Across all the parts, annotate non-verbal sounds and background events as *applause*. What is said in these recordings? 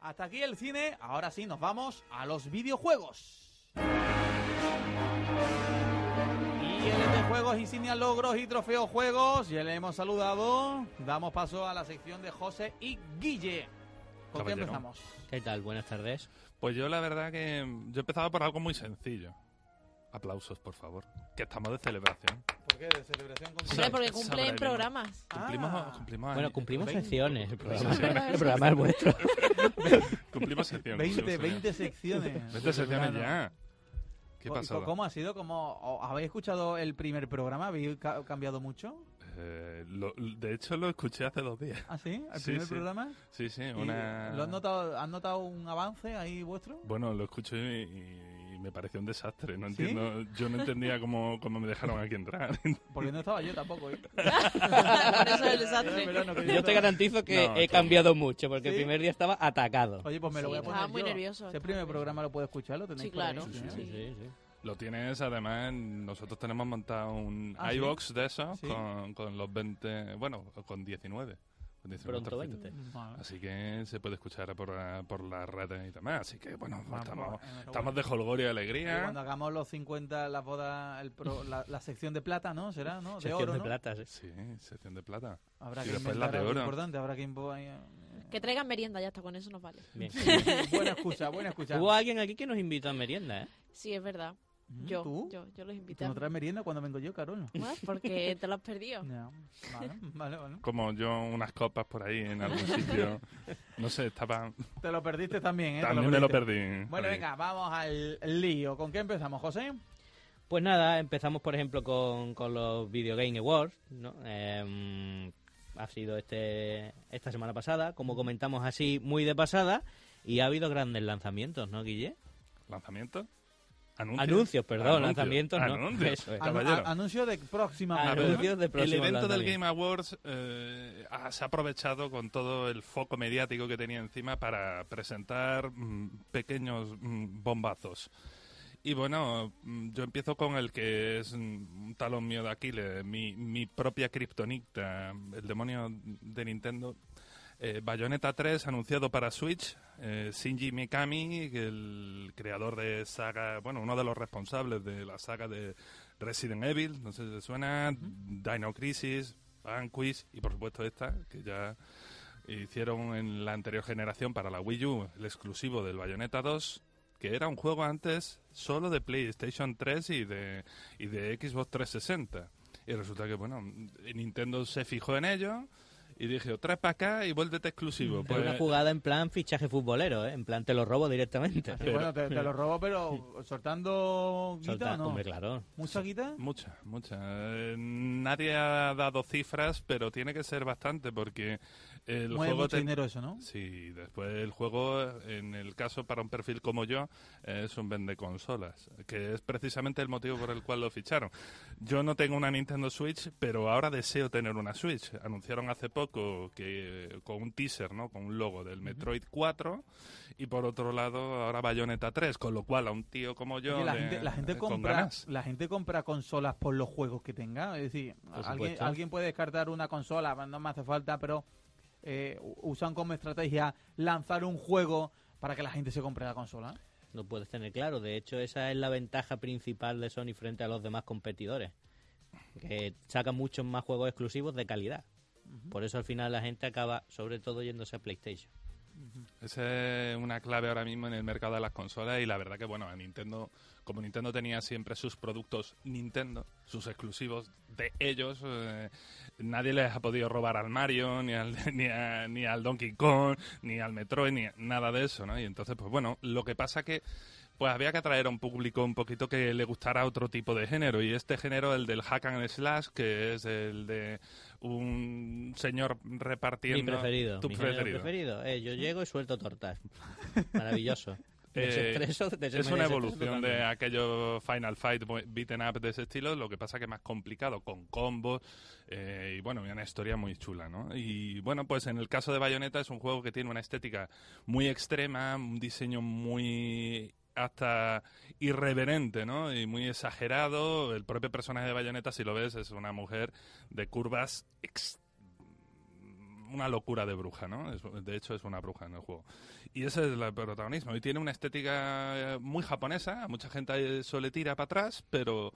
Hasta aquí el cine, ahora sí nos vamos a los videojuegos. Y en este juegos insignia logros y trofeos juegos, ya le hemos saludado. Damos paso a la sección de José y Guille. ¿Con qué Caballero. empezamos? ¿Qué tal? Buenas tardes. Pues yo la verdad que mm, yo empezaba por algo muy sencillo. Aplausos, por favor. Que estamos de celebración. ¿Por qué? ¿De celebración con Sí. Hombre, porque Sabrá cumple en *laughs* bien. programas. Ah. Cumplimos, cumplimos Bueno, años- cumplimos 20, secciones. *laughs* El cumplimos programa, secciones. el programa es vuestro. Cumplimos secciones. 20, cumplimos 20 *laughs* secciones. 20 secciones Claro. ya. ¿Qué Co- pasaba? ¿Cómo ha sido? ¿Cómo, o- ¿Habéis escuchado el primer programa? ¿Habéis ca- cambiado mucho? Eh, lo- de hecho, lo escuché hace dos días. *laughs* ¿Ah, sí? ¿El Sí, primer sí. programa? Sí, sí, ¿Y una... ¿Lo has notado, has notado un avance ahí vuestro? Bueno, lo escuché y, y me pareció un desastre. No ¿Sí? entiendo, yo no entendía cómo, cómo me dejaron aquí entrar. Porque no estaba yo tampoco. ¿eh? *laughs* Por eso es el desastre. Era verano que *laughs* Yo te estaba- garantizo que No, he claro. cambiado mucho, porque el ¿Sí? primer día estaba atacado. Oye, pues me lo Sí, voy a poner. estaba muy yo. Ese nervioso, estaba primer nervioso. programa lo puedo escuchar, lo ¿eh? tenéis Sí, por ahí, claro. ¿sí? Sí, Sí, sí, sí. Lo tienes, además, nosotros tenemos montado un Ah, ¿sí? iBox de esos Sí. con, con los 20, bueno, con 19. Con 19 Pronto trocitos. 20. Vale. Así que se puede escuchar por, la- por las redes y demás. Así que, bueno, Vamos, estamos, enhorabuena. estamos de jolgorio y Y alegría. Cuando hagamos los 50, las bodas, el *laughs* pro- la, la sección de plata, ¿no? ¿Será? ¿no? De Sección oro, de ¿eh? ¿no? plata, sí. Sí, sección de plata. Habrá Y que después inventar la de algo oro. importante, habrá que... impo- ahí, eh. Que traigan merienda, ya está, con eso nos vale. Bien. buena excusa, buena excusa. Hubo alguien aquí que nos invitó a merienda, ¿eh? Sí, es verdad. Mm, Yo, ¿Tú? yo, yo los ¿Tú invité. a- no traes merienda cuando vengo yo, Carol? Bueno, *laughs* Porque te lo has perdido. No. Vale, vale, vale. Como yo, unas copas por ahí en algún sitio. No sé, estaba. Te lo perdiste también, ¿eh? Te También me lo perdiste. perdí. Bueno, Ahí. venga, vamos al lío. ¿Con qué empezamos, José? Pues nada, empezamos por ejemplo con, con los Video Game Awards, ¿no? Eh, ha sido este esta semana pasada, como comentamos así, muy de pasada, y ha habido grandes lanzamientos, ¿no, Guille? ¿Lanzamiento? ¿Anuncios? Anuncios, perdón, Anuncios. lanzamientos, ¿no? Anuncios. Eso es. Anu- Caballero. a- anuncio de próxima. A Anu- ver, Anuncios de el próximos evento del lanzamientos. Game Awards eh, ha- se ha aprovechado con todo el foco mediático que tenía encima para presentar mm, pequeños mm, bombazos. Y bueno, mm, yo empiezo con el que es mm, un talón mío de Aquiles, mi, mi propia kriptonita, el demonio de Nintendo. Eh, Bayonetta 3 anunciado para Switch. eh, Shinji Mikami, el creador de saga, bueno, uno de los responsables de la saga de Resident Evil, no sé si te suena, Dino Crisis, Vanquish y por supuesto esta, que ya hicieron en la anterior generación para la Wii U, el exclusivo del Bayonetta 2, que era un juego antes solo de PlayStation 3 y de, y de Xbox 360. Y resulta que, bueno, Nintendo se fijó en ello y dijo, trae para acá y vuélvete exclusivo. Pues, Pero Mm, una jugada en plan fichaje futbolero, ¿eh? en plan te lo robo directamente. Así, bueno, te, te lo robo, pero soltando guita, Solta- ¿o ¿no? Hombre, claro. ¿Mucha guita? Mucha, mucha. Eh, nadie ha dado cifras, pero tiene que ser bastante porque el Mueve juego... mucho te- dinero eso, ¿no? Sí, después el juego, en el caso para un perfil como yo, eh, es un vende consolas, que es precisamente el motivo por el cual lo ficharon. Yo no tengo una Nintendo Switch, pero ahora deseo tener una Switch. Anunciaron hace poco que eh, con un teaser, ¿no? Con un logo del Metroid 4 y por otro lado ahora Bayonetta 3, con lo cual a un tío como yo Oye, la, le- gente, la gente eh, con compra, ganas. la gente compra consolas por los juegos que tenga. Es decir, alguien, supuesto. alguien puede descartar una consola, no me hace falta, pero eh, u- usan como estrategia lanzar un juego para que la gente se compre la consola. Lo puedes tener claro. De hecho, esa es la ventaja principal de Sony frente a los demás competidores. Que saca muchos más juegos exclusivos de calidad. Por eso al final la gente acaba, sobre todo, yéndose a PlayStation. Esa es una clave ahora mismo en el mercado de las consolas y la verdad que bueno, a Nintendo, como Nintendo tenía siempre sus productos Nintendo, sus exclusivos de ellos, eh, nadie les ha podido robar al Mario, ni al, *laughs* ni, a- ni al Donkey Kong, ni al Metroid, ni a- nada de eso, ¿no? Y entonces, pues bueno, lo que pasa que pues había que atraer a un público un poquito que le gustara otro tipo de género y este género, el del hack and slash, que es el de un señor repartiendo... Mi preferido. Tu mi género preferido. preferido. Eh, yo llego y suelto haciendo tortas. *laughs* Maravilloso. Eh, Desestreso, Es desestreso, una desestreso evolución de totalmente. aquello Final Fight bu- beaten up de ese estilo, lo que pasa que más complicado, con combos, eh, y bueno, y una historia muy chula, ¿no? Y bueno, pues en el caso de Bayonetta es un juego que tiene una estética muy extrema, un diseño muy hasta irreverente, ¿no? Y muy exagerado. El propio personaje de Bayonetta, si lo ves, es una mujer de curvas ex- una locura de bruja, ¿no? Es- de hecho, es una bruja en el juego. Y ese es el protagonismo. Y tiene una estética eh, muy japonesa. A Mucha gente eso le tira para atrás, pero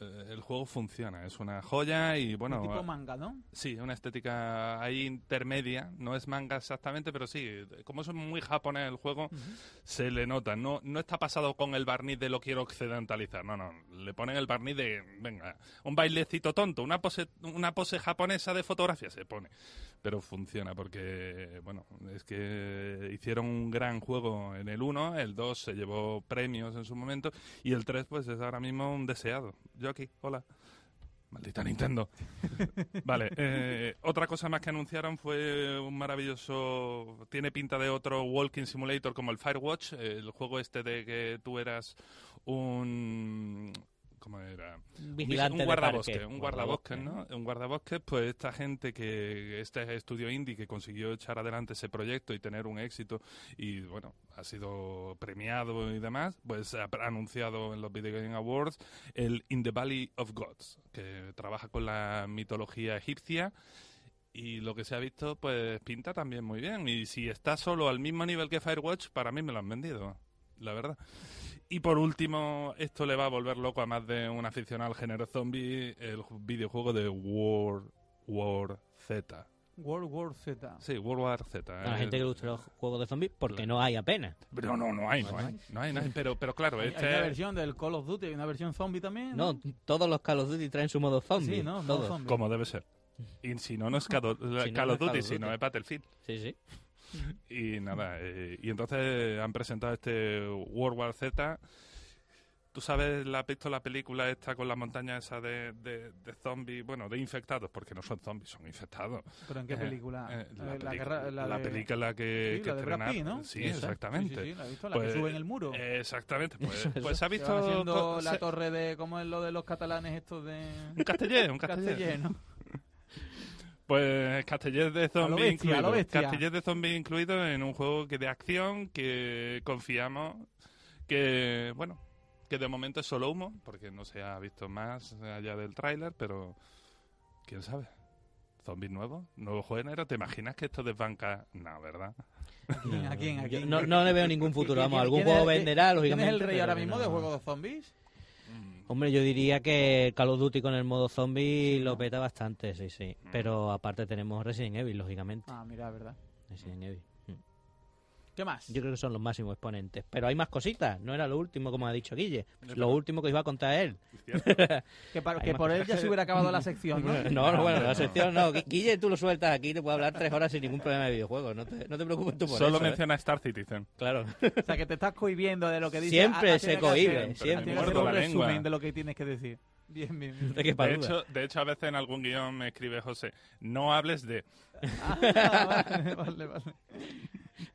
eh, el juego funciona. Es una joya y bueno. tipo eh, manga, ¿no? Sí, una estética ahí intermedia, no es manga exactamente, pero sí, como es muy japonés el juego, se le nota. No, no está pasado con el barniz de lo quiero occidentalizar, no, no, le ponen el barniz de, venga, un bailecito tonto, una pose, una pose japonesa de fotografía se pone. Pero funciona porque, bueno, es que hicieron un gran juego en el 1, el 2 se llevó premios en su momento y el 3 pues es ahora mismo un deseado. Yo aquí, hola. Maldita Nintendo. Vale, eh, otra cosa más que anunciaron fue un maravilloso. Tiene pinta de otro Walking Simulator como el Firewatch, eh, el juego este de que tú eras un. ¿Cómo era? Un Un vigilante de guardabosque, parque. un guardabosques, ¿no? Un guardabosques, pues esta gente que, este estudio indie que consiguió echar adelante ese proyecto y tener un éxito y, bueno, ha sido premiado y demás, pues ha pr- anunciado en los Video Game Awards el In the Valley of Gods, que trabaja con la mitología egipcia y lo que se ha visto, pues pinta también muy bien. Y si está solo al mismo nivel que Firewatch, para mí me lo han vendido, la verdad. Y por último, esto le va a volver loco a más de un aficionado al género zombie, el ju- videojuego de World War Z. World War Z. Sí, World War Z. A la eh. gente que le gusta los juegos de zombies, porque no hay apenas. Pero no, no hay, no hay. No hay, no hay. Pero, pero claro, Hay, hay una este es versión del Call of Duty, hay una versión zombie también. No, todos los Call of Duty traen su modo zombie. sí, no, no todos. zombie. como debe ser. Y si no, no es Call of no, Call no of es Call Duty, of si no Duty. es Battlefield. Sí, sí. Y nada, eh, y entonces han presentado este World War Z. Tú sabes, la has visto la película esta con la montaña esa de, de, de zombies, bueno, de infectados, porque no son zombies, son infectados. ¿Pero en qué Eh, película? eh, la, Eh, pelic- guerra- la la de- película que, sí, que la de Brad estrenaron. Pitt, ¿no? Sí, Esa. exactamente. Sí, sí, sí, la he visto, la que Pues, sube en el muro. eh, exactamente. Pues, eso. pues se ha Que van visto haciendo co- la se- torre de... ¿Cómo es lo de los catalanes estos *laughs* de...? un castellé, un castellé. Castellé, ¿no? Pues Castellet de Zombie bestia, a lo incluido. bestia. Castellet de Zombie incluido en un juego que de acción que confiamos que, bueno, que de momento es solo humo, porque no se ha visto más allá del tráiler, pero quién sabe. ¿Zombies nuevos? ¿Nuevo género? ¿Te imaginas que esto desbanca? No, ¿verdad? ¿A quién? ¿A quién? ¿A Yo quién? no, no le veo ningún futuro. Vamos, ¿Quién- algún quién es- juego quién- venderá, ¿Quién lógicamente. es el rey ahora pero que mismo de no. juegos de zombies? Hombre, yo diría que Call of Duty con el modo zombie lo peta bastante, sí, sí. Pero aparte tenemos Resident Evil, lógicamente. Ah, mira, verdad. Resident Evil. Mm. ¿Qué más? Yo creo que son los máximos exponentes. Pero hay más cositas. No era lo último, como ha dicho Guille. No, Lo pero- último que iba a contar él. Que, para- Hay que más por él ya se hubiera acabado *laughs* la sección, *laughs* ¿no? No, no, bueno, no. la sección no. Gui- Guille, tú lo sueltas aquí y te puedo hablar tres horas sin ningún problema de videojuegos. No te, no te preocupes tú por Solo eso. ¿eh? menciona Star Citizen. Claro. *laughs* O sea, que te estás cohibiendo de lo que dices. Siempre Ah, ah, se tiene que cohíbe, hacer- siempre. tiene que hacer Muerdo un la resumen lengua. de lo que tienes que decir. Bien, bien, bien. De *laughs* que De para duda. hecho, de hecho, a veces en algún guión me escribe José, no hables de... Ah, vale, vale, vale.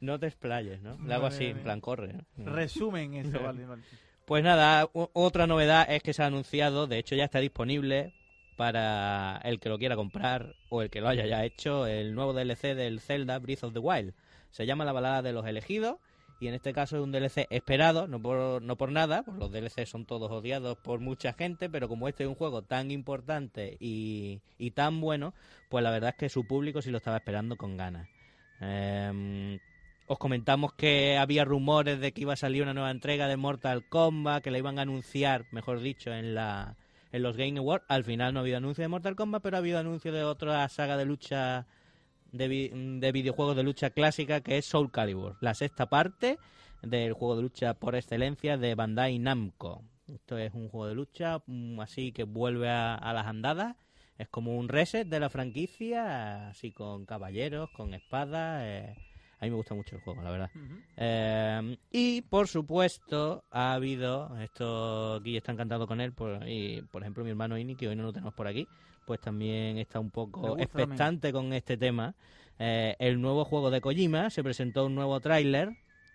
No te explayes, ¿no? Le hago así, Vale, en vale. plan, corre. ¿no? Resumen eso, vale, *laughs* vale. Pues nada, u- otra novedad es que se ha anunciado, de hecho ya está disponible para el que lo quiera comprar o el que lo haya ya hecho, el nuevo DLC del Zelda Breath of the Wild. Se llama La Balada de los Elegidos y en este caso es un DLC esperado, no por, no por nada, pues los DLC son todos odiados por mucha gente, pero como este es un juego tan importante y, y tan bueno, pues la verdad es que su público sí lo estaba esperando con ganas. Em, os comentamos que había rumores de que iba a salir una nueva entrega de Mortal Kombat, que la iban a anunciar, mejor dicho, en la en los Game Awards. Al final no ha habido anuncio de Mortal Kombat, pero ha habido anuncio de otra saga de lucha de, vi- de videojuegos de lucha clásica que es Soul Calibur, la sexta parte del juego de lucha por excelencia de Bandai Namco. Esto es un juego de lucha mm, así que vuelve a, a las andadas. Es como un reset de la franquicia, así con caballeros, con espadas. eh, a mí me gusta mucho el juego, la verdad. Ujú. Eh, y por supuesto, ha habido. Esto Guille está encantado con él. Por, y por ejemplo, mi hermano Ini, que hoy no lo tenemos por aquí, pues también está un Me poco gusta expectante con este tema. eh, el nuevo juego de Kojima, se presentó un nuevo tráiler,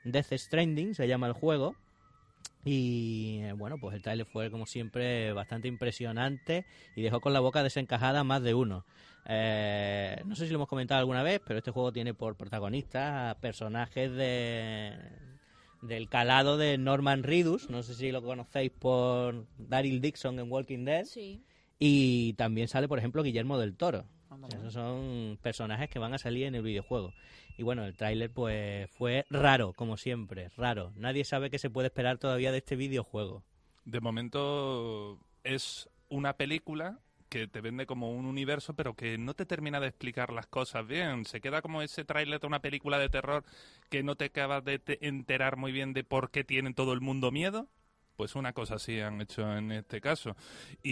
Death Stranding se llama el juego, y eh, bueno, pues el tráiler fue como siempre bastante impresionante y dejó con la boca desencajada a más de uno. Eh, no sé si lo hemos comentado alguna vez, pero este juego tiene por protagonistas a personajes de del calado de Norman Reedus, no sé si lo conocéis por Daryl Dixon en Walking Dead, Sí. y también sale, por ejemplo, Guillermo del Toro. Anda, O sea, esos son personajes que van a salir en el videojuego. Y bueno, el tráiler pues fue raro, como siempre, raro. Nadie sabe qué se puede esperar todavía de este videojuego. De momento es una película que te vende como un universo, pero que no te termina de explicar las cosas bien. Se queda como ese tráiler de una película de terror que no te acabas de te- enterar muy bien de por qué tiene todo el mundo miedo. Pues una cosa así han hecho en este caso.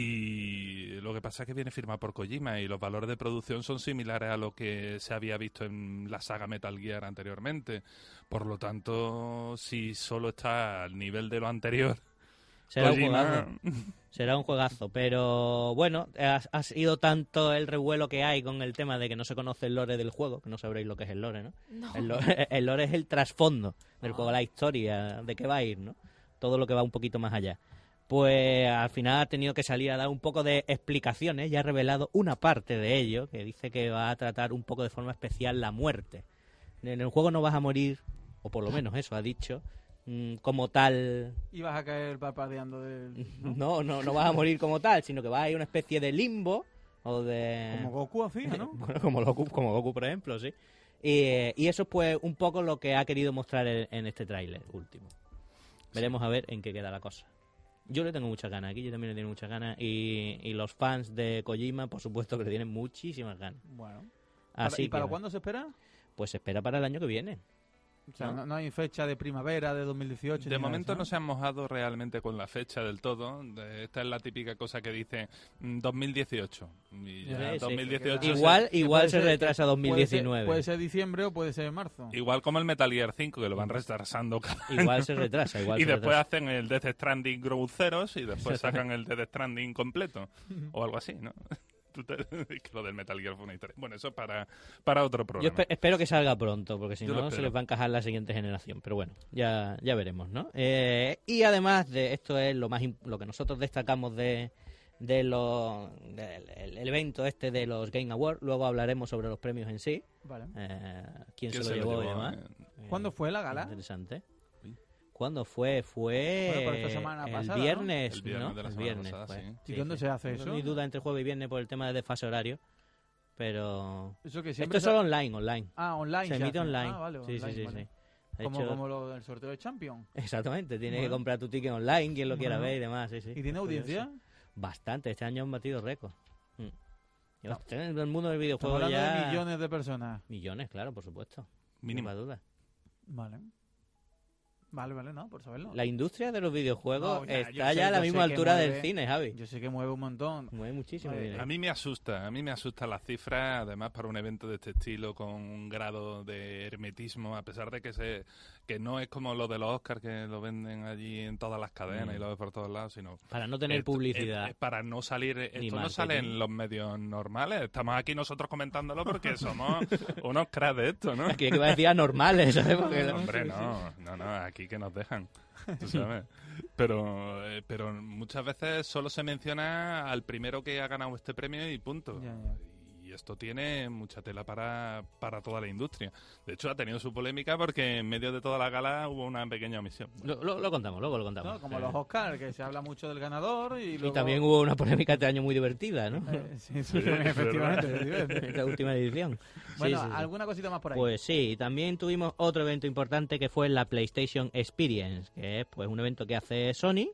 Y lo que pasa es que viene firmado por Kojima y los valores de producción son similares a lo que se había visto en la saga Metal Gear anteriormente. Por lo tanto, si solo está al nivel de lo anterior, Será un Kojima- juegazo. Será un juegazo, pero bueno, ha, ha sido tanto el revuelo que hay con el tema de que no se conoce el lore del juego, que no sabréis lo que es el lore, ¿no? No. El lore, *laughs* el lore es el trasfondo del juego, la historia, de qué va a ir, ¿no? Todo lo que va un poquito más allá. Pues al final ha tenido que salir a dar un poco de explicaciones y ha revelado una parte de ello, que dice que va a tratar un poco de forma especial la muerte. En el juego no vas a morir, o por lo menos eso ha dicho, mm, como tal Y vas a caer parpadeando *laughs* del... ¿no? no, no, no vas a morir como tal, sino que vas a ir a una especie de limbo o de... Como Goku hacía, *laughs* ¿no? Bueno, como Goku, como Goku, por ejemplo, sí. Y, eh, y eso es pues un poco lo que ha querido mostrar el- en este tráiler último. Veremos a ver en qué queda la cosa. Yo le tengo muchas ganas, aquí yo también le tengo muchas ganas y, y los fans de Kojima, por supuesto, que le tienen muchísimas ganas. Bueno. Para- Así ¿Y para que, cuándo se espera? pues se espera para el año que viene. O sea, ¿No? no, no hay fecha de primavera de 2018. De ni nada momento eso, no se han mojado realmente con la fecha del todo. De- Esta es la típica cosa que dice mm, 2018. Y ya Sí, sí. 2018 se- Igual, Ah, Que igual puede se ser- retrasa Puede ser- 2019. *laughs* Puede ser diciembre o puede ser marzo. igual como el Metal Gear 5, que lo van retrasando. cada- Igual se retrasa, igual y se después retrasa. hacen el Death Stranding Grow Zeros y después sacan el Death Stranding completo. o algo así, ¿no? *laughs* Tú te- que lo del Metal Gear fue una historia. Bueno, eso es para, para otro Yo programa. espe- espero que salga pronto, porque si Yo lo no se espero. les va a encajar la siguiente generación. Pero bueno, ya, ya veremos, ¿no? Eh, y además de esto es lo más im- lo que nosotros destacamos de, de los del el- el evento este de los Game Awards. Luego hablaremos sobre los premios en sí, Vale. eh, quién ¿Quién se, se lo lo llevó y llevó, demás. eh? Eh, ¿Cuándo fue la gala? Interesante. Uy. ¿Cuándo fue? Fue Bueno, pero esta semana el pasada, ¿no? viernes, El viernes ¿no? de la el semana viernes pasada, fue. sí. ¿Y dónde se hace No hay eso? duda entre jueves y viernes por el tema de desfase horario, pero... Eso que Esto siempre es solo online, online. Ah, online. se hace. emite online. Ah, vale, sí, online, sí, sí, vale. sí. De Como, hecho, como lo del sorteo de Champions. *laughs* Exactamente, tienes que Bueno. comprar tu ticket online, quien lo quiera Bueno. ver y demás. Sí, sí. ¿Y tiene Es curioso. audiencia? Bastante, este año han batido récord. Mm. Y hostia, en el mundo Estamos del videojuego hablando ya... de millones de personas. Millones, claro, por supuesto. Mínimo. ninguna duda. Vale. Vale, vale, no, por saberlo. La industria de los No, videojuegos ya, yo está sé- ya a la yo sé misma que altura del mueve- cine, Javi. Yo sé que mueve un montón. Mueve muchísimo Mueve. dinero. A mí me asusta, a mí me asusta las cifras, además para un evento de este estilo con un grado de hermetismo, a pesar de que se que no es como lo de los Oscars que lo venden allí en todas las cadenas Mm. y lo ves por todos lados, sino Para no tener esto- publicidad. es- es para no salir, esto no marketing. sale en los medios normales. Estamos aquí nosotros comentándolo porque *laughs* somos unos cracks de esto, ¿no? Creía eh, *laughs* que iba a decir anormales, ¿sabes? Porque- No, hombre, no, no, no, aquí que nos dejan, tú sabes. Pero, eh, pero muchas veces solo se menciona al primero que ha ganado este premio y punto. Ya, ya. Y esto tiene mucha tela para, para toda la industria. De hecho, ha tenido su polémica porque en medio de toda la gala hubo una pequeña omisión. Lo, lo- lo contamos, luego lo contamos. No, como Eh, los Oscars, que se habla mucho del ganador y, y luego- también hubo una polémica este año muy divertida, ¿no? *laughs* Eh, *laughs* sí, sí, Sí, es efectivamente. verdad. efectivamente. *laughs* Esta última edición. Sí, Bueno, sí, sí. alguna cosita más por ahí. Pues sí, también tuvimos otro evento importante que fue la PlayStation Experience, que es pues un evento que hace Sony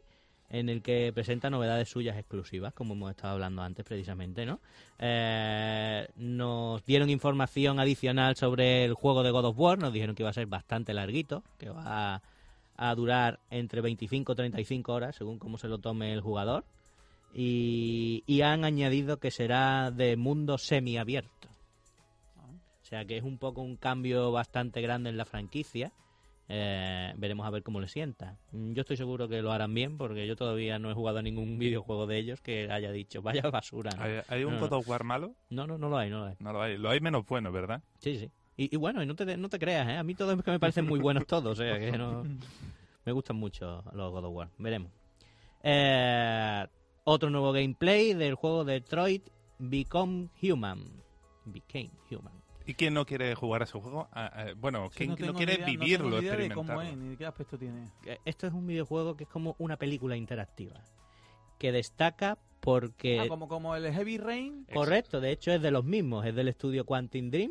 en el que presenta novedades suyas exclusivas, como hemos estado hablando antes precisamente, ¿no? Eh, nos dieron información adicional sobre el juego de God of War, nos dijeron que iba a ser bastante larguito, que va a, a durar entre 25 y 35 horas, según cómo se lo tome el jugador, y, y han añadido que será de mundo semiabierto. O sea que es un poco un cambio bastante grande en la franquicia Eh, veremos a ver cómo le sienta. Mm, Yo estoy seguro que lo harán bien, porque yo todavía no he jugado a ningún *laughs* videojuego de ellos que haya dicho, vaya basura. ¿no? ¿Hay, hay un No, God no. of War malo? No, no, no lo hay, no lo hay. No lo hay. Lo hay menos bueno, ¿verdad? Sí, sí. Y, y bueno, y no te, no te creas, ¿eh? A mí todos es que me parecen muy buenos todos, ¿eh? Que no... Me gustan mucho los God of War. Veremos. Eh, otro nuevo gameplay del juego Detroit Become Human. Became Human. ¿Y quién no quiere jugar a ese juego? Ah, eh, bueno, Sí, ¿quién no, tengo quiere ni idea- no vivirlo, tengo ni idea de cómo experimentarlo? es, ni de qué aspecto tiene. Eh, Esto es un videojuego que es como una película interactiva. Que destaca porque... Ah, como, como el Heavy Rain. eh, Exacto. Correcto, de hecho es de los mismos. Es del estudio Quantum Dream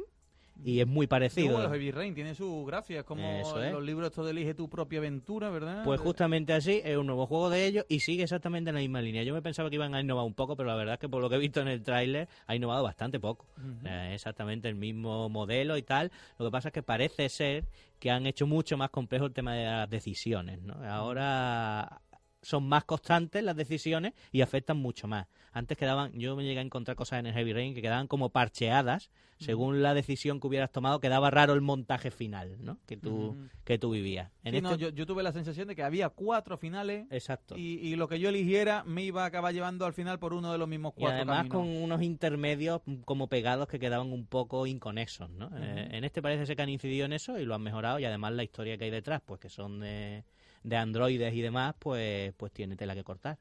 y es muy Sí, parecido. bueno, los Heavy Rain tiene su gracia. Es como Eso es. los libros estos de Elige tu propia aventura, ¿verdad? Pues justamente así, es un nuevo juego de ellos y sigue exactamente en la misma línea. Yo me pensaba que iban a innovar un poco, pero la verdad es que por lo que he visto en el tráiler ha innovado bastante poco. Ujú. Eh, exactamente el mismo modelo y tal. Lo que pasa es que parece ser que han hecho mucho más complejo el tema de las decisiones. ¿no? Ahora son más constantes las decisiones y afectan mucho más. Antes quedaban, yo me llegué a encontrar cosas en el Heavy Rain que quedaban como parcheadas según la decisión que hubieras tomado, quedaba raro el montaje final ¿no? que, tú, Ujú. que tú vivías. En Sí, no, este- yo, yo tuve la sensación de que había cuatro finales Exacto. y, y lo que yo eligiera me iba a acabar llevando al final por uno de los mismos Y cuatro además caminos. con unos intermedios mm, como pegados que quedaban un poco inconexos, ¿no? Eh, en este parece ser que han incidido en eso y lo han mejorado y además la historia que hay detrás, pues que son de, de androides y demás, pues, pues tiene tela que cortar.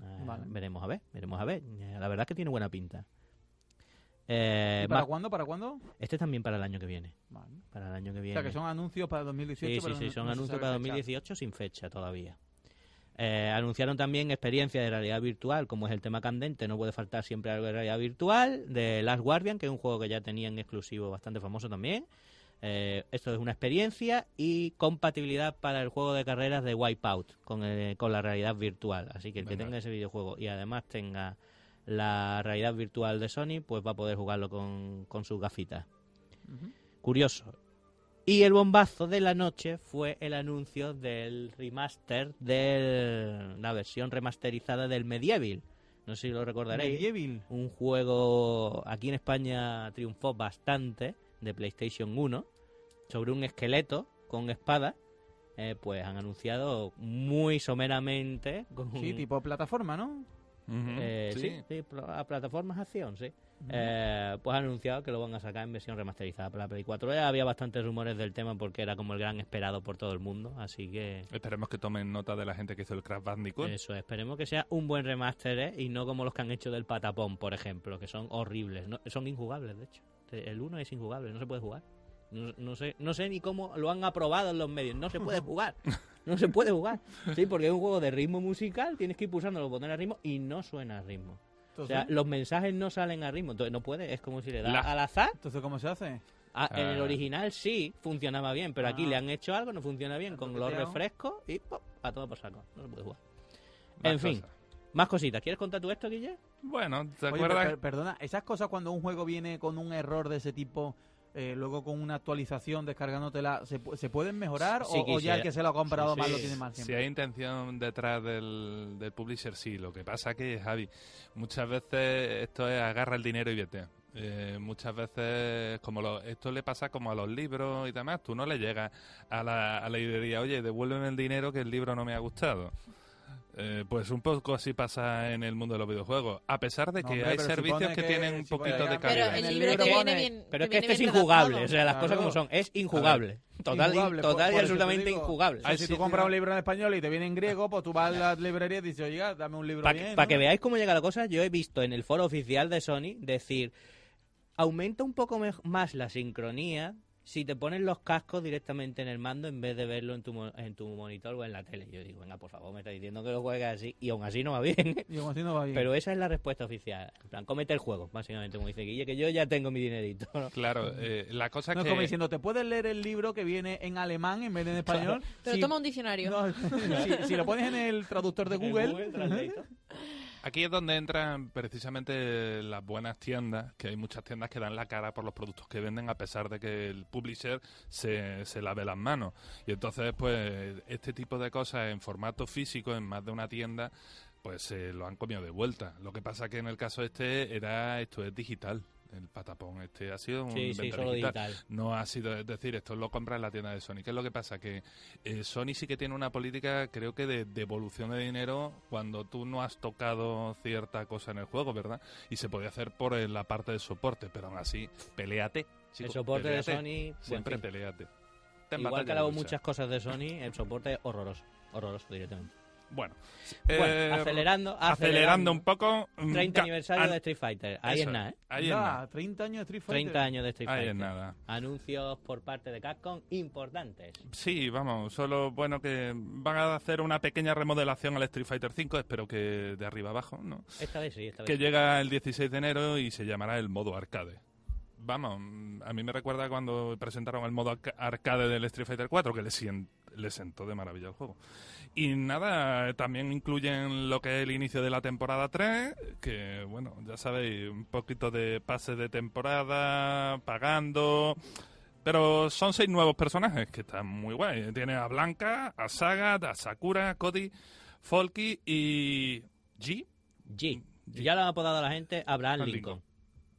Eh, Vale. Veremos a ver, veremos a ver. Eh, la verdad es que tiene buena pinta. Eh, ¿Y ¿Para más- cuándo? ¿Para cuándo? este también para el año que viene. Vale. Para el año que O viene. sea, que son anuncios para 2018. Sí, sí, pero sí, no- son no se anuncios sabe para fecha. 2018 sin fecha todavía. Eh, anunciaron también experiencias de realidad virtual, como es el tema candente, no puede faltar siempre algo de realidad virtual, de Last Guardian, que es un juego que ya tenía en exclusivo bastante famoso también. Eh, esto es una experiencia y compatibilidad para el juego de carreras de Wipeout con, el- con la realidad virtual. Así que el que Venga. tenga ese videojuego y además tenga la realidad virtual de Sony, pues va a poder jugarlo con, con sus gafitas. Ujú. Curioso. Y el bombazo de la noche fue el anuncio del remaster de la versión remasterizada del Medieval. No sé si lo recordaréis. Medieval. Un juego aquí en España triunfó bastante de PlayStation 1 sobre un esqueleto con espada. Eh, pues han anunciado muy someramente con Sí, tipo plataforma, ¿no? Ujú, eh, sí, sí. sí, pro- a plataformas acción, sí. Eh, pues ha anunciado que lo van a sacar en versión remasterizada para la Play 4. Ya había bastantes rumores del tema porque era como el gran esperado por todo el mundo, así que Esperemos que tomen nota de la gente que hizo el Crash Bandicoot. eso, esperemos que sea un buen remaster ¿eh? y no como los que han hecho del Patapón, por ejemplo, que son horribles, no- son injugables, de hecho. El 1 es injugable, no se puede jugar. No, no sé, no sé ni cómo lo han aprobado en los medios, no se puede jugar. No se puede jugar. Sí, porque es un juego de ritmo musical, tienes que ir pulsando los botones a ritmo y no suena a ritmo. O Entonces, sea, los mensajes no salen a ritmo, entonces no puede, es como si le das La- al azar. entonces, ¿cómo se hace? Ah, en el Ah. original sí funcionaba bien, pero aquí Ah. le han hecho algo, no funciona bien, Han con los toqueteado. refrescos y ¡pop! a todo por saco, no se puede jugar. Más en fin. cosas. Más cositas, ¿quieres contar tú esto, Guille? Bueno, ¿te Oye, acuerdas? per- perdona, esas cosas cuando un juego viene con un error de ese tipo, eh, luego con una actualización descargándotela, ¿se, pu- se pueden mejorar Sí, o, o ya quisiera. el que se lo ha comprado Sí, mal sí. lo tiene mal Si siempre? hay intención detrás del, del publisher, sí. Lo que pasa que, Javi, muchas veces esto es agarra el dinero y vete. Eh, muchas veces, como lo- esto le pasa como a los libros y demás, tú no le llegas a la, a la librería, oye, devuélveme el dinero que el libro no me ha gustado. Eh, pues un poco así pasa en el mundo de los videojuegos. A pesar de No, que hombre, hay pero servicios supone que, que- tienen un supone poquito que- de Pero Pero calidad. En el el libro libro te viene pone- bien. Pero es te que este viene es bien injugable, redactado. o sea, las cosas como Claro. son, es injugable, total, Injugable, por- total por eso y te absolutamente digo. injugable. O sea, Hay si tú sitios- compras un libro en español y te viene en griego, pues tú vas a la librería y dices, oiga, dame un libro Para bien. ¿no? que veáis cómo llega la cosa, yo he visto en el foro oficial de Sony decir, aumenta un poco mej- más la sincronía si te pones los cascos directamente en el mando en vez de verlo en tu, mo- en tu monitor o en la tele. Yo digo, venga, por favor, me está diciendo que lo juegas así y aún así no va bien. *laughs* Y como así no va bien. Pero esa es la respuesta oficial. En plan, comete el juego, básicamente, como dice Guille, que yo ya tengo mi dinerito. ¿no? Claro, eh, la cosa no es que... como diciendo, te puedes leer el libro que viene en alemán en vez de en español. Pero Si- toma un diccionario. no, *laughs* si, si lo pones en el traductor de En Google, Translator. *laughs* Aquí es donde entran precisamente las buenas tiendas, que hay muchas tiendas que dan la cara por los productos que venden a pesar de que el publisher se, se lave las manos. Y entonces, pues, este tipo de cosas en formato físico, en más de una tienda, pues se lo han comido de vuelta. Lo que pasa que en el caso este era, esto es digital. el patapón este ha sido un Sí, sí, invento solo digital. digital. No ha sido, es decir, esto lo compras en la tienda de Sony. ¿Qué es lo que pasa? Que eh, Sony sí que tiene una política, creo que, de devolución de dinero cuando tú no has tocado cierta cosa en el juego, ¿verdad? Y se podía hacer por eh, la parte de soporte, pero aún así, peleate. el soporte de Sony. bueno, Siempre en fin. peleate. Igual que hago muchas cosas de Sony, el soporte es horroroso. Horroroso directamente. Bueno, eh, bueno, acelerando, acelerando un poco. mm, 30 ca- aniversario an- de Street Fighter. Ahí eso es nada, ¿eh? Ahí es Da, nada. 30 años de Street Fighter. 30 años de Street Ahí Fighter. es nada. Anuncios por parte de Capcom importantes. Sí, vamos, solo bueno que van a hacer una pequeña remodelación al Street Fighter V, espero que de arriba abajo, ¿no? Esta vez sí, esta vez Que sí. llega el 16 de enero y se llamará el modo arcade. Vamos, mm, a mí me recuerda cuando presentaron el modo arca- arcade del Street Fighter 4, que le, sien- le sentó de maravilla el juego. Y nada, también incluyen lo que es el inicio de la temporada 3, que bueno, ya sabéis, un poquito de pase de temporada, pagando. Pero son seis nuevos personajes que están muy guay. Tiene a Blanca, a Saga, a Sakura, Cody, Folky y G. G. G. Ya lo ha apodado la gente Abraham Abraham Lincoln.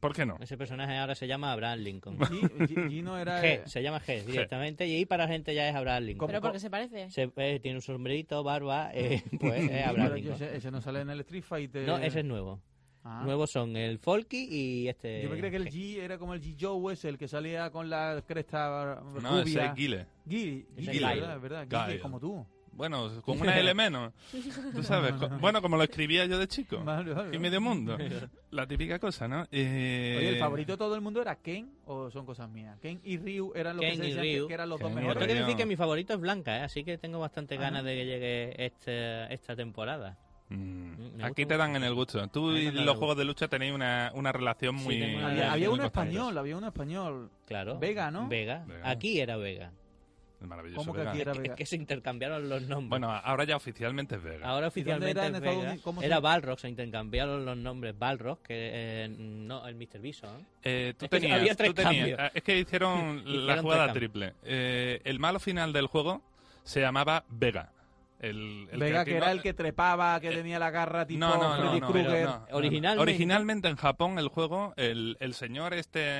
¿Por qué no? Ese personaje ahora se llama *laughs* Abraham Lincoln. G- G- Gino era... G, se llama G directamente. Y para la gente ya es Abraham Lincoln. Pero porque se parece. Se- eh, tiene un sombrerito, barba, eh, *laughs* pues es Abraham Pero yo- Lincoln. ese, ese no sale en el Street Fighter. No, ese es nuevo. Ah. Nuevos son el Folky y este. Yo me creía que el G era como el G Joe ese, el que salía con la cresta No, ese rubia. es Guile. Gui- Ese Guile, es Guile. ¿verdad? ¿verdad? Guile, Guile. como tú. Bueno, con una L menos. Tú sabes, co- bueno, como lo escribía yo de chico. Vale, vale. Y medio mundo. La típica cosa, ¿no? Eh, Oye, el favorito de todo el mundo era Ken o son cosas mías. Ken y Ryu eran los Ken que se y decían Ryu. que eran los Ken dos y Pero mejores. tengo que Ryu. decir que mi favorito es Blanca, ¿eh? así que tengo bastante Ah. ganas de que llegue este, esta temporada. mm, gusta Aquí te dan en el gusto. Tú A mí me y han dado los el juegos de lucha tenéis una, una relación Sí, muy... tengo una Había, había Muy uno contento. español, había uno español. Claro. Vega, ¿no? Vega. Vega. Aquí era Vega. Maravilloso. ¿Cómo que Vega. aquí era *laughs* Es Vega? que se intercambiaron los nombres. Bueno, ahora ya oficialmente es Vega. Ahora ¿Y dónde oficialmente era en es Estados Vega. Unidos? ¿Cómo se- era Balrog, se intercambiaron los nombres Balrog, que eh, no, el Mr. Bison. Eh, tú Es que tenías, había tres tú tenías- cambios. ah, Es que hicieron, *laughs* la tres jugada cambios. triple. Eh, el malo final del juego se llamaba Vega. El, el Vega, que era no- el que trepaba, que tenía la garra tipo no, no, no, Freddy no, Krueger. no, no, no. Originalmente- Originalmente en Japón el juego, el, el señor este...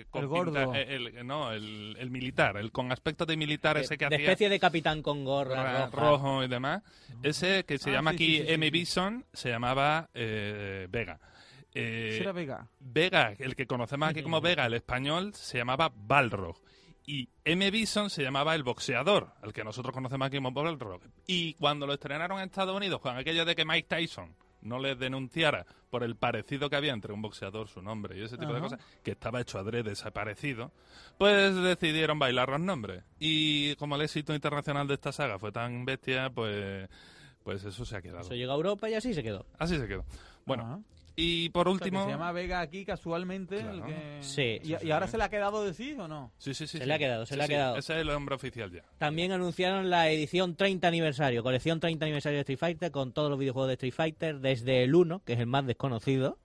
eh, con El gordo. pinta- eh, el- no, el, el militar, el con aspecto de militar ese que de hacía especie de capitán con gorra ra- roja. rojo y demás. Ese que se Ah, llama sí, aquí sí, sí, sí, M. sí. Bison se llamaba eh, Vega. Eh, Ese era Vega. Vega, el que conocemos aquí como Vega, el español, se llamaba Balrog. Y M. Bison se llamaba el boxeador, el que nosotros conocemos aquí como Balrog. Y cuando lo estrenaron en Estados Unidos, con aquello de que Mike Tyson no les denunciara por el parecido que había entre un boxeador, su nombre y ese tipo de Ajá. cosas, que estaba hecho adrede desaparecido, pues decidieron bailar los nombres. Y como el éxito internacional de esta saga fue tan bestia, pues, pues eso se ha quedado. Eso llegó a Europa y así se quedó. Así se quedó. Bueno, Ajá. y por O sea, que último... se llama Vega aquí casualmente. el Claro. que- Sí, ¿Y, sí, y ahora se le ha quedado de sí o no? Sí, sí, sí. Se sí. le ha quedado, se Sí, le ha sí, quedado. Ese es el hombre oficial ya. También anunciaron la edición 30 aniversario, colección 30 aniversario de Street Fighter con todos los videojuegos de Street Fighter, desde el 1, que es el más desconocido.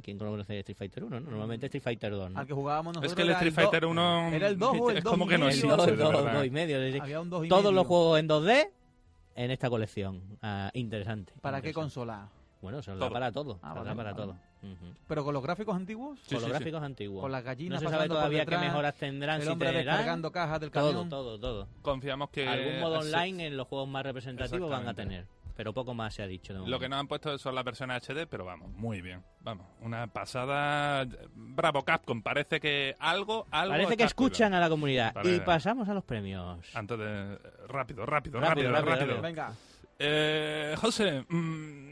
¿Quién conoce Street Fighter 1? no? Normalmente Street Fighter 2. ¿no? Al que jugábamos nosotros. es que el era Street do- Fighter 1 era el dos o el es dos como y que no medio. *laughs* El existe, dos, de dos, verdad. dos y medio, es decir, Había un dos y todos medio. los juegos en 2D en esta colección. Ah, interesante. ¿Para qué interesante. consola? Bueno, se nos Todo. da para todo. Ah, se nos da vale, para vale. todo. Ujú. ¿Pero con los gráficos antiguos? Sí, con los sí, sí. gráficos antiguos. Con las gallinas no se sabe pasando por todavía qué detrás, mejoras tendrán, El si hombre tendrán. descargando cajas del Todo, camión. todo, todo. Confiamos que. Algún modo sí. online eh, en los juegos más representativos van a Eh, Exactamente. tener. Pero poco más se ha dicho. de Lo momento. que nos han puesto son las versiones HD, pero vamos, muy bien. Vamos, una pasada. Bravo Capcom, parece que algo. algo Parece que está culo. escuchan a la comunidad. Vale. Y pasamos a los premios. Antes de. Rápido, rápido, rápido, rápido. Rápido, rápido, rápido. Venga. Eh, José,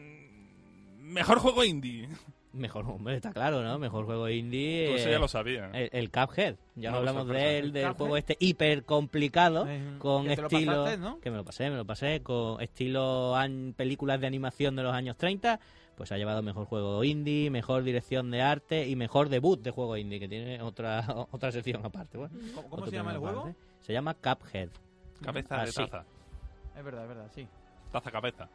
mm, mejor juego indie. Mejor, hombre, está claro, ¿no? Mejor juego indie. Pues eh, eso ya lo sabía. El, el Cuphead, ya No, hablamos sorpresa. de ¿El él, del Cuphead? juego este hiper complicado, Eh, con que te lo estilo... pasaste, ¿no? Que me lo pasé, me lo pasé, con estilo an- películas de animación de los años 30, pues ha llevado mejor juego indie, mejor dirección de arte y mejor debut de juego indie, que tiene otra *laughs* otra sección aparte. bueno, ¿Cómo, cómo otro se llama el tema juego? aparte. Se llama Cuphead. Cabeza de así. taza. Es verdad, es verdad, sí. Taza cabeza.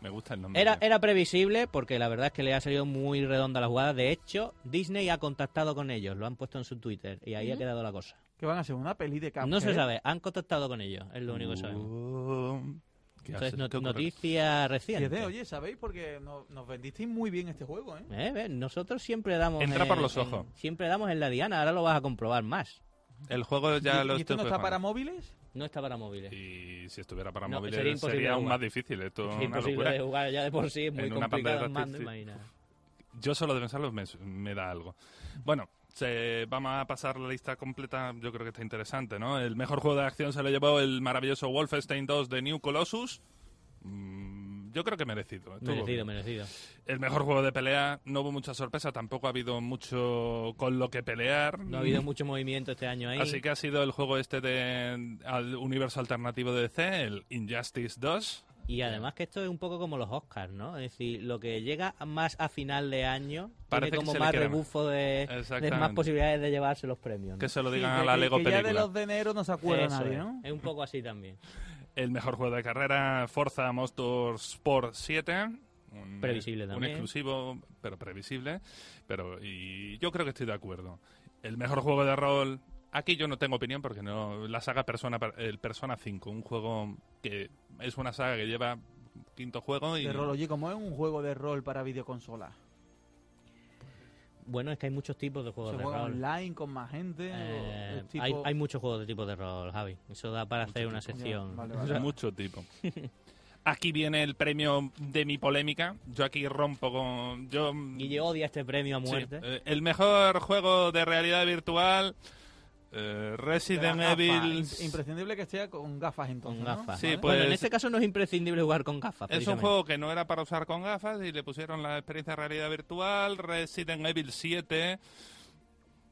Me gusta el nombre. Era, era previsible porque la verdad es que le ha salido muy redonda la jugada. De hecho, Disney ha contactado con ellos, lo han puesto en su Twitter y ahí ha Ujú. quedado la cosa. Que van a hacer una peli de Cuphead. No se sabe, han contactado con ellos, es lo único que sabemos. Uh, ¿Qué Entonces, haces? no- ¿Qué ocurre? noticia reciente. Fíjate, oye, ¿sabéis? Porque nos, nos vendisteis muy bien este juego, ¿eh? Eh, ve, Nosotros siempre damos. Entra por en- los en- ojos. siempre damos en la diana, ahora lo vas a comprobar más. El juego ya ¿Y- lo ¿Y esto estoy no está para jugando. móviles? No está para móviles. Y si estuviera para No, móviles sería sería, imposible de aún jugar. más difícil. Esto es es una imposible locura. de jugar ya de por sí, es muy En una complicado. pantalla en mando, táctil, sí. imagina. Yo solo de pensarlo me, su- me da algo. Bueno, se- vamos a pasar la lista completa. Yo creo que está interesante, ¿no? El mejor juego de acción se lo llevó el maravilloso Wolfenstein 2 de New Colossus. Mm, yo creo que merecido. Estuvo Merecido, bien. merecido. El mejor juego de pelea. No hubo mucha sorpresa. Tampoco ha habido mucho con lo que pelear. No ha habido mucho movimiento este año ahí. Así que ha sido el juego este de al universo alternativo de DC, el Injustice 2. Y además que esto es un poco como los Oscars, ¿no? Es decir, lo que llega más a final de año Parece que tiene como se le más queda más. rebufo de, de más Exactamente. posibilidades de llevarse los premios. ¿no? Que se lo digan Sí, a la que- Lego que película. ya de los de enero no se acuerda Eso nadie, es. ¿no? Es un poco así también. El mejor juego de carrera, Forza Motorsport 7. Un, Previsible Un también. exclusivo, pero previsible. Pero, y yo creo que estoy de acuerdo. El mejor juego de rol. Aquí yo no tengo opinión porque no la saga Persona el Persona 5, un juego que es una saga que lleva quinto juego y De rol, oye, ¿cómo es un juego de rol para videoconsola? Bueno, es que hay muchos tipos de juegos ¿Se de juega rol. online con más gente? o Eh, es tipo- hay, hay muchos juegos de tipos de rol, Javi. Eso da para hacer una Ya, sección. vale, vale. mucho tipo. *laughs* Aquí viene el premio de mi polémica. Yo aquí rompo con yo Guille odia este premio a Sí, muerte. eh, el mejor juego de realidad virtual, eh, Resident Gafas, Evil. im- Imprescindible que esté con gafas entonces. Con ¿no? gafas. Sí, Vale. pues- bueno, en este caso no es imprescindible jugar con gafas. Es un precisamente. juego que no era para usar con gafas y le pusieron la experiencia de realidad virtual, Resident Evil 7.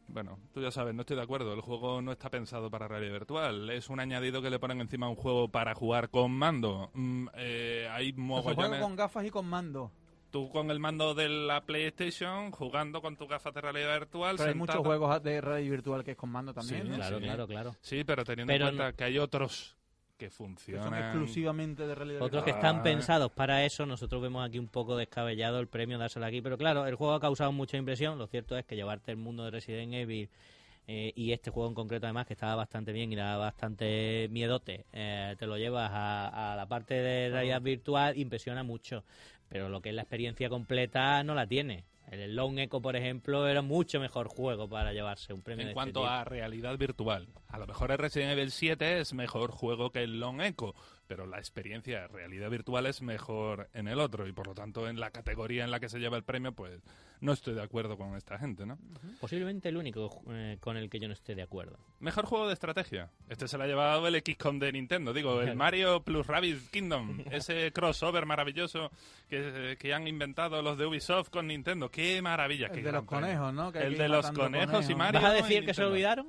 Bueno, tú ya sabes, no estoy de acuerdo. El juego no está pensado para realidad virtual. Es un añadido que le ponen encima a un juego para jugar con mando. Mm, eh, hay Pues se juega mogollones. con gafas y con mando. Tú con el mando de la PlayStation, jugando con tus gafas de realidad virtual. Pero hay sentado- muchos juegos de realidad virtual que es con mando también, Sí, ¿no? Claro, Sí. claro, claro. Sí, pero teniendo Pero en cuenta que hay otros que Que son funcionan. exclusivamente de realidad virtual. Otros que Ah. están pensados para eso, nosotros vemos aquí un poco descabellado el premio dárselo aquí, pero claro, el juego ha causado mucha impresión, lo cierto es que llevarte el mundo de Resident Evil eh, y este juego en concreto además que estaba bastante bien y daba bastante miedote, eh, te lo llevas a, a la parte de realidad virtual, impresiona mucho, pero lo que es la experiencia completa no la tiene. El Long Echo, por ejemplo, era mucho mejor juego para llevarse un premio. En de este cuanto tipo. a realidad virtual, a lo mejor el Resident Evil 7 es mejor juego que el Long Echo, pero la experiencia de realidad virtual es mejor en el otro y por lo tanto en la categoría en la que se lleva el premio, pues no estoy de acuerdo con esta gente, ¿no? Posiblemente el único eh, con el que yo no esté de acuerdo. Mejor juego de estrategia. Este se lo ha llevado el XCOM de Nintendo, digo, el Claro. Mario plus Rabbids *laughs* Kingdom, ese crossover maravilloso que, que han inventado los de Ubisoft con Nintendo. ¡Qué maravilla! qué El de gran los premio. conejos, ¿no? Que hay el que de ir los matando conejos, y conejos. Mario. ¿Vas a y decir que se Nintendo. olvidaron?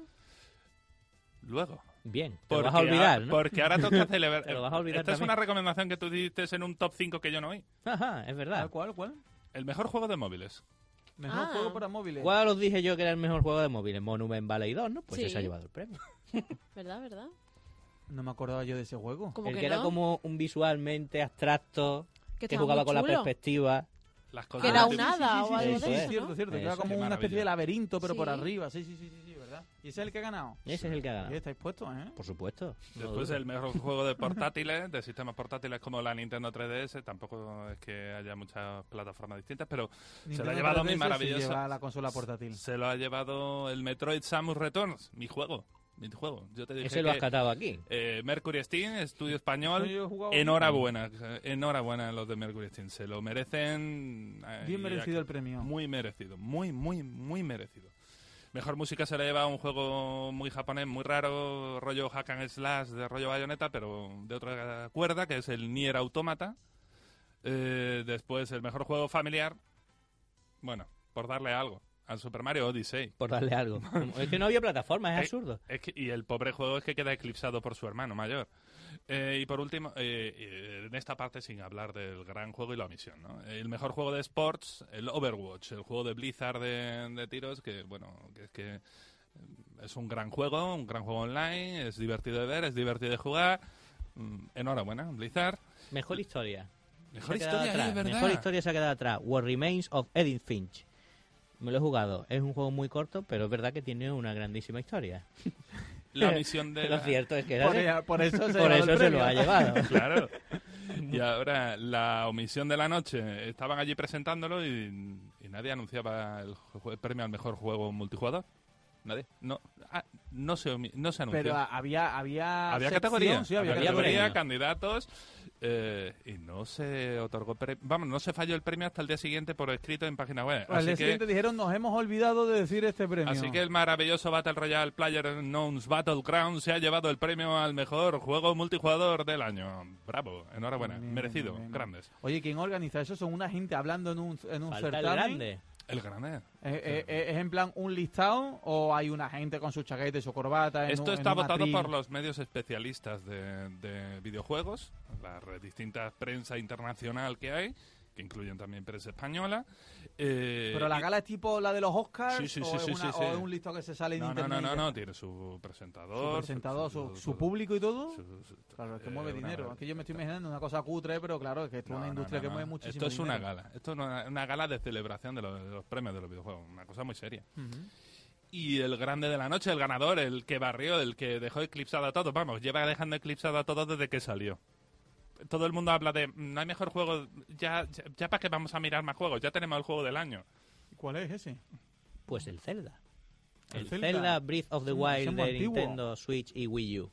Luego. Bien, te lo vas a olvidar, ¿no? porque ahora *laughs* toca celebrar. Te lo vas a olvidar Esta es también. una recomendación que tú diste en un top 5 que yo no oí. Ajá, es ¿Cuál, verdad. Ah, cuál, cuál? El mejor juego de móviles. Mejor Ah. juego para móviles. ¿Cuál os dije yo que era el mejor juego de móviles? Monument Valley 2, ¿no? Pues Sí. ese ha llevado el premio. ¿Verdad, verdad? No me acordaba yo de ese juego. Como El que, que, era no, como un visualmente abstracto, que, que estaba jugaba muy con la chulo. perspectiva. Las Que cosas era de- un hada o sí, algo sí, de sí, eso, es cierto, ¿no? es cierto. que Eso, era qué como una maravilla. especie de laberinto, pero por Sí. arriba. Sí, sí, sí, sí, sí, ¿verdad? Y ese es el que ha ganado. Ese es el que ha Ya ganado. estáis puestos, ¿eh? Por supuesto. no Después dudo. el mejor juego de portátiles, de sistemas portátiles como la Nintendo 3DS, tampoco es que haya muchas plataformas distintas, pero Nintendo ha llevado 3DS se mi maravillosa- lleva la consola portátil. se lo ha llevado el Metroid Samus Returns, mi juego, mi juego. Yo te dije Ese lo has que, catado aquí. eh, Mercury Steam, estudio Eso español, yo he jugado- enhorabuena, eh, enhorabuena a los de Mercury Steam, se lo merecen. eh, Bien y merecido el aquí- premio. Muy merecido, muy, muy, muy merecido. Mejor música se la lleva a un juego muy japonés, muy raro, rollo hack and slash, de rollo bayoneta, pero de otra cuerda, que es el Nier Automata. Eh, después, el mejor juego familiar, bueno, por darle algo, al Super Mario Odyssey. Por darle *laughs* algo. es que no había plataforma, Eh, es absurdo. Es que- y el pobre juego es que queda eclipsado por su hermano mayor. Eh, y por último, eh, eh, en esta parte sin hablar del gran juego y la omisión, ¿no? El mejor juego de sports, el Overwatch, el juego de Blizzard de, de tiros, que bueno, que es que eh, es un gran juego, un gran juego online, es divertido de ver, es divertido de jugar. Mm, Enhorabuena, Blizzard. Mejor historia. eh, Mejor Se ha quedado historia, atrás. eh, ¿verdad? Mejor historia se ha quedado atrás. What Remains of Edith Finch. Me lo he jugado. Es un juego muy corto, pero es verdad que tiene una grandísima historia. La omisión de lo la- *laughs* cierto es que... Por, por eso se, Por *laughs* lleva el eso se premio. *laughs* lo ha llevado. Claro. Y ahora, la omisión de la noche, estaban allí presentándolo y, y nadie anunciaba el, jue- el premio al mejor juego multijugador. Nadie. No, ah, no, se, omi- no se anunció. Pero ah, había, había. había sección, categoría, Sí, había, había categoría, categoría. candidatos eh, y no se otorgó pre- vamos no se falló el premio hasta el día siguiente por escrito en página web Al día así siguiente que dijeron, nos hemos olvidado de decir este premio. así que el maravilloso Battle Royale Player Knowns Battleground se ha llevado el premio al mejor juego multijugador del año bravo enhorabuena Bien, merecido bien. grandes Oye, ¿quién organiza eso? Son una gente hablando en un, en un Falta el certamen. grande. el grande Eh, eh, eh, ¿Es en plan un listado o hay una gente con su chaqueta y su corbata? en un- Esto en está un votado atril? por los medios especialistas de, de videojuegos, la red- distinta prensa internacional que hay, que incluyen también prensa española. eh, ¿Pero la y- gala es tipo la de los Oscars? Sí, sí, o, sí, es sí, una- sí, o sí. es un listado que se sale en No, no, internet? no, no, y no, ya tiene su está? presentador. Su presentador, su, su todo. público y todo. Su- su- Claro, es que eh, mueve una dinero. gala. Aquí yo me estoy imaginando una cosa cutre, pero claro, es que esto No, es una no, industria no, que no. mueve muchísimo Esto es una dinero. gala. Esto es una, una gala de celebración de los, de los premios de los videojuegos. Una cosa muy seria. Ujú. Y el grande de la noche, el ganador, el que barrió, el que dejó eclipsado a todos. Vamos, lleva dejando eclipsado a todos desde que salió. Todo el mundo habla de, "Mm, no hay mejor juego, ya, ya, ya para qué vamos a mirar más juegos, ya tenemos el juego del año. ¿Y ¿Cuál es ese? Pues el Zelda. El El, Zelda. Zelda. Breath of the Es un- es Wild un de antiguo. Nintendo Switch y Wii U.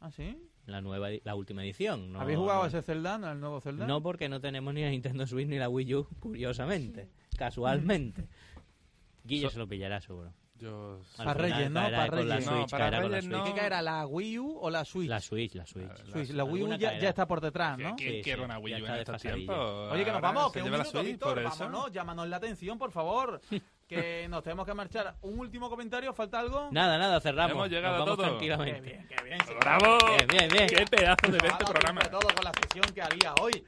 ¿Ah, sí? La nueva, edi- la última edición. No, ¿Habéis jugado a ese Zelda, al nuevo Zelda? No, porque no tenemos ni la Nintendo Switch ni la Wii U, *laughs* curiosamente. casualmente. Guillo So- se lo pillará seguro. Yo... Para Al final Reyes, ¿no? caerá Para con la Reyes. Switch, No, para caerá con la Reyes Switch. ¿Qué no. caerá, la Wii U o la Switch? La Switch, la Switch. Switch. Switch. La Wii U Alguna ya, caerá. ya está por detrás, ¿Quién ¿no? quién Sí, quiere sí, una Wii ya U en está estos desfasadilla. tiempos? Oye, que nos Ahora vamos, se que un lleva la minuto, Switch, Víctor, por eso. vámonos, llámanos la atención, por *laughs* favor, que nos tenemos que marchar. ¿Un último comentario? ¿Falta algo? Nada, nada, cerramos. Hemos llegado Nos a vamos todo. Qué tranquilamente. bien, qué bien. sí. ¡Bravo! Bien, bien, bien. ¡Qué pedazo *laughs* de Nos ha este dado programa! tiempo de todo con la sesión que había hoy.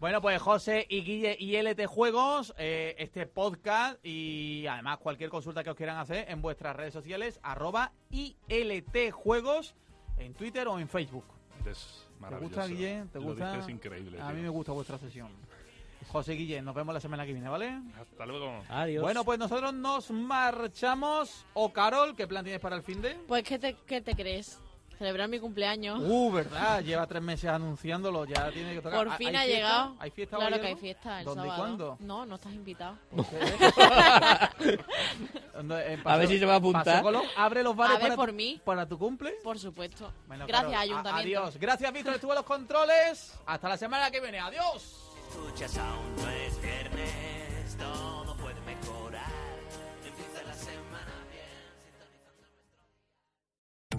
Bueno, pues José y Guille y LT Juegos, eh, este podcast y además cualquier consulta que os quieran hacer en vuestras redes sociales, arroba ILT Juegos en Twitter o en Facebook. Eres ¿Te maravilloso. gusta, Guille? ¿Te Lo gusta? dices increíble. A tío. mí me gusta vuestra sesión. José y Guille, nos vemos la semana que viene, ¿vale? Hasta luego. Adiós. Bueno, pues nosotros nos marchamos. O Carol, ¿qué plan tienes para el fin de? Pues, ¿qué te, qué te crees? ¿Celebrar mi cumpleaños? Uh, verdad, lleva tres meses anunciándolo, ya tiene que tocar. Por ¿Hay- fin hay ha fiesta? llegado. ¿Hay fiesta Claro hoy que hay algo? fiesta el ¿Dónde y sábado. cuándo? No, no estás invitado. ¿Por qué? *laughs* ¿Dónde- en A ver si se va a apuntar. Paseo eh, Colón, abre los bares A ver, para, por mí. para tu cumple. Por supuesto. Bueno, Gracias, Carol, a- ayuntamiento. Adiós. Gracias, Víctor, estuvo en los controles. Hasta la semana que viene. Adiós. Escuchas aún no es viernes, todo puede mejorar. Empieza la semana bien, sintonizando nuestro.